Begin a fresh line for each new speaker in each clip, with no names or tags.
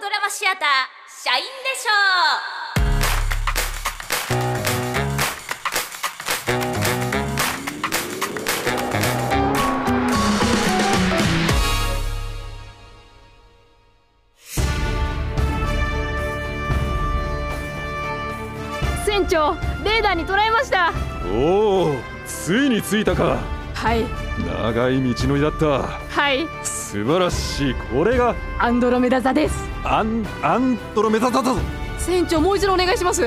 ドラマシアター社員でしょ
船長レーダーに捉えました
おおついに着いたか
はい
長い道のりだった
はい
素晴らしいこれが
アンドロメダ座です
アンアンドロメダ座だぞ
船長もう一度お願いします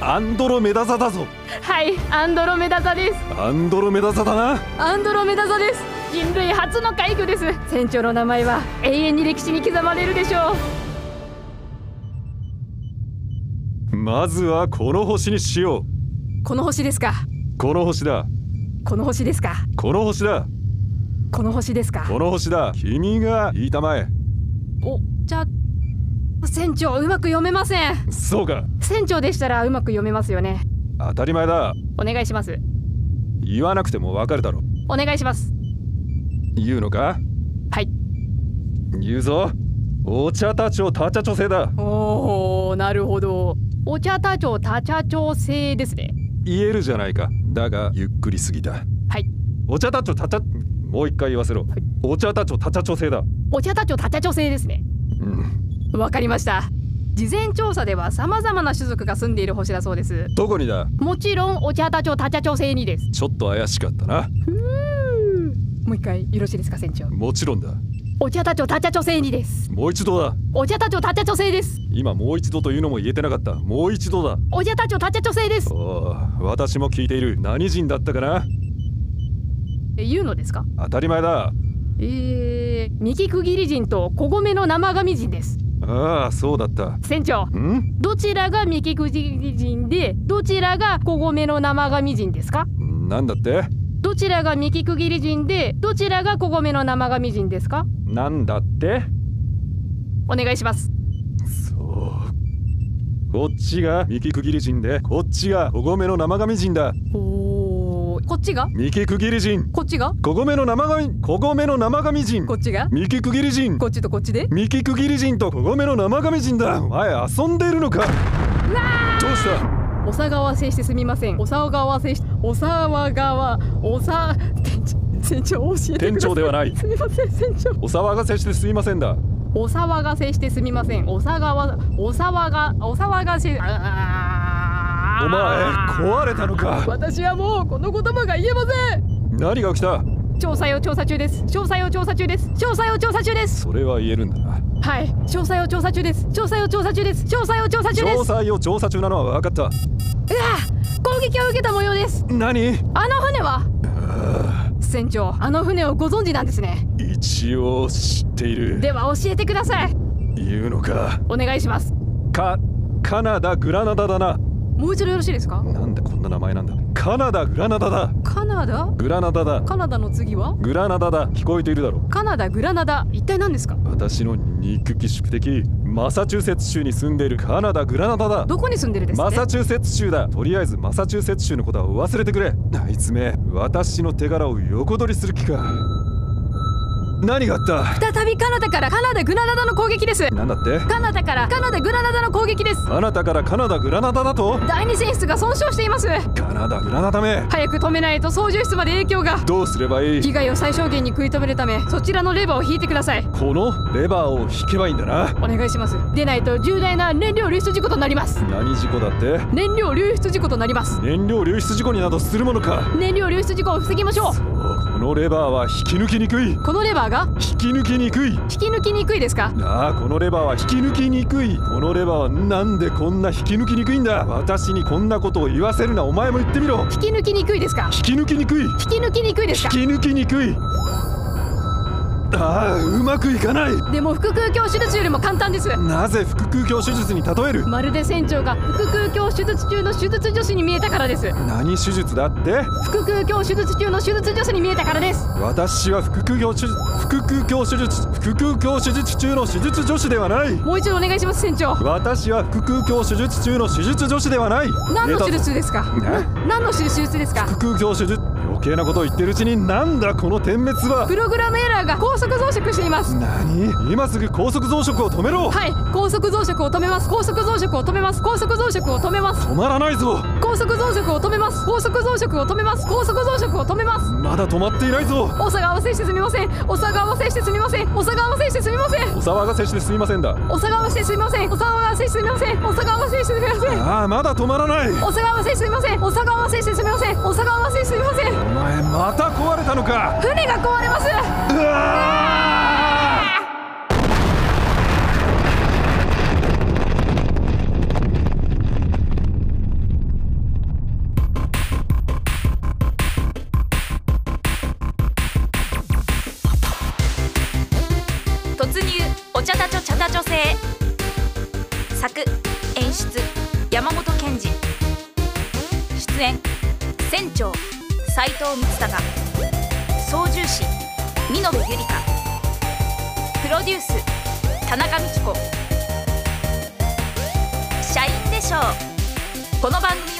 アンドロメダ座だぞ
はいアンドロメダ座です
アンドロメダ座だな
アンドロメダ座です人類初の快挙です船長の名前は永遠に歴史に刻まれるでしょう
まずはこの星にしよう
この星ですか
この星だ
この星ですか
この星だ
この星ですか
この星だ君がいたまえ
おじゃ船長うまく読めません
そうか
船長でしたらうまく読めますよね
当たり前だ
お願いします
言わなくてもわかるだろ
お願いします
言うのか
はい
言うぞお茶たちをたちゃちょせだ
おおなるほどお茶太長他茶調制ですね
言えるじゃないかだがゆっくりすぎた
はい
お茶たちょたちゃもう一回言わせろ、
い
お茶たちょたちゃ調整だ
お茶太長他茶調制ですね
うん
わかりました事前調査では様々な種族が住んでいる星だそうです
どこにだ
もちろんお茶太長他茶調制にです
ちょっと怪しかったな
もう一回よろしいですか船長
もちろんだ
お茶太長他茶調制にです
もう一度だ
お茶太長他茶調制です
今もう一度というのも言えてなかったもう一度だ
お茶太長他茶調制です
おお私も聞いている何人だったかな
え言うのですか
当たり前だ
えー、右区切り人と小米の生神人です
ああそうだった
船長
ん
どちらが右区切り人でどちらが小米の生神人ですか
なんだって
どちらが右区切り人でどちらが小米の生神人ですか
なんだって
お願いします
そうこっちが右区切り人でこっちが小米の生神人だ
おーこっちが
右区切り人
こっちが
小米の生神小米の生神人
っちが
幹区切り人
っちとこっちで
幹区切り人と小米の生神人だお前遊んでいるのかどうした
お騒がわせしてすみませんお騒がわせしお騒がわおさ店長教えてく
店
ださい
長ではない
すみません船長
お騒がせしてすいませんだ
お騒がせしてすみませんお騒がわお騒がお騒がせ
お前
あー
壊れたのか
私はもうこの言葉が言えません
何が起きた
調査を調査中です詳細を調査中です詳細を調査中です
それは言えるんだな
はい詳細を調査中です詳細を調査中です詳細を調査中です
詳細を調査中なのは分かった
うわ攻撃を受けた模様です
何
あの船は船長あの船をご存知なんですね
一応知っている
では教えてください
言うのか
お願いします
かカナダグラナダだな
もう一度よろしいですか
なんだこんな名前なんだカナダグラナダだ
カナダ
グラナダだ
カナダの次は
グラナダだ聞こえているだろう
カナダグラナダ一体何ですか
私の憎き宿敵マサチューセッツ州に住んでいるカナダグラナダだ
どこに住んでるです
マ
って
サチューセッツ州だとりあえずマサチューセッツ州のことは忘れてくれあいつめ私の手柄を横取りする気か何があっ
再びカナダからカナダグラナダの攻撃です
たなんだって
カナダからカナダグラナダの攻撃です
あなたからカナダグラナダだと
第二進出が損傷しています
カナダグラナダめ
早く止めないと操縦室まで影響が
どうすればいい
被害を最小限に食い止めるためそちらのレバーを引いてください
このレバーを引けばいいんだな
お願いしますでないと重大な燃料流出事故となります
何事故だって
燃料流出事故となります
燃料流出事故になどするものか
燃料流出事故を防ぎましょう
おこのレバーは引き抜きにくい
このレバーが
引き抜きにくい
引き抜きにくいですか
ああこのレバーは引き抜きにくいこのレバーはなんでこんな引き抜きにくいんだ私にこんなことを言わせるなお前も言ってみろ
引き抜きにくいですか
引き抜きにくい引
引き抜きにくいですか
き抜きにくいああうまくいかない
でも腹腔鏡手術よりも簡単です
なぜ腹腔鏡手術に例える
まるで船長が腹腔鏡手術中の手術助手に見えたからです
何手術だって
腹腔鏡手術中の手術助手に見えたからです
私は腹腔鏡手術腹腔鏡手術腹腔鏡手術中の手術助手ではない
もう一度お願いします船長
私は腹腔鏡手術中の手術助手ではない
何の手術ですか
え
何の手術ですか
腹腔鏡手術余計なことを言ってるうちになんだこの点滅は
プログラムエラーが高速増殖しています
何今すぐ高速増殖を止めろ
はい高速増殖を止めます高速増殖を止めます高速増殖を止めます
止まらないぞ
高速増殖を止めます高速増殖を止めます高速増殖を止めます
まだ止まっていないぞ
お騒がせしてすみませんお騒がせしてすみませんお騒がせしてすみません
お騒がせしてすみませんだ
お騒がせしてすみませんお騒がせしてすみませんお騒がせしてすみません
ああまだ止まらない
お騒がせしてすみませんお騒がせしてすみませんお騒がせしてすみません
お前また壊れたのか
船が壊れます
うわあ
突入お茶たちょ茶たちょ制作演出山本賢治出演船長斉藤光孝操縦士美濃部ゆりかプロデュース田中美希子社員でしょうこの番組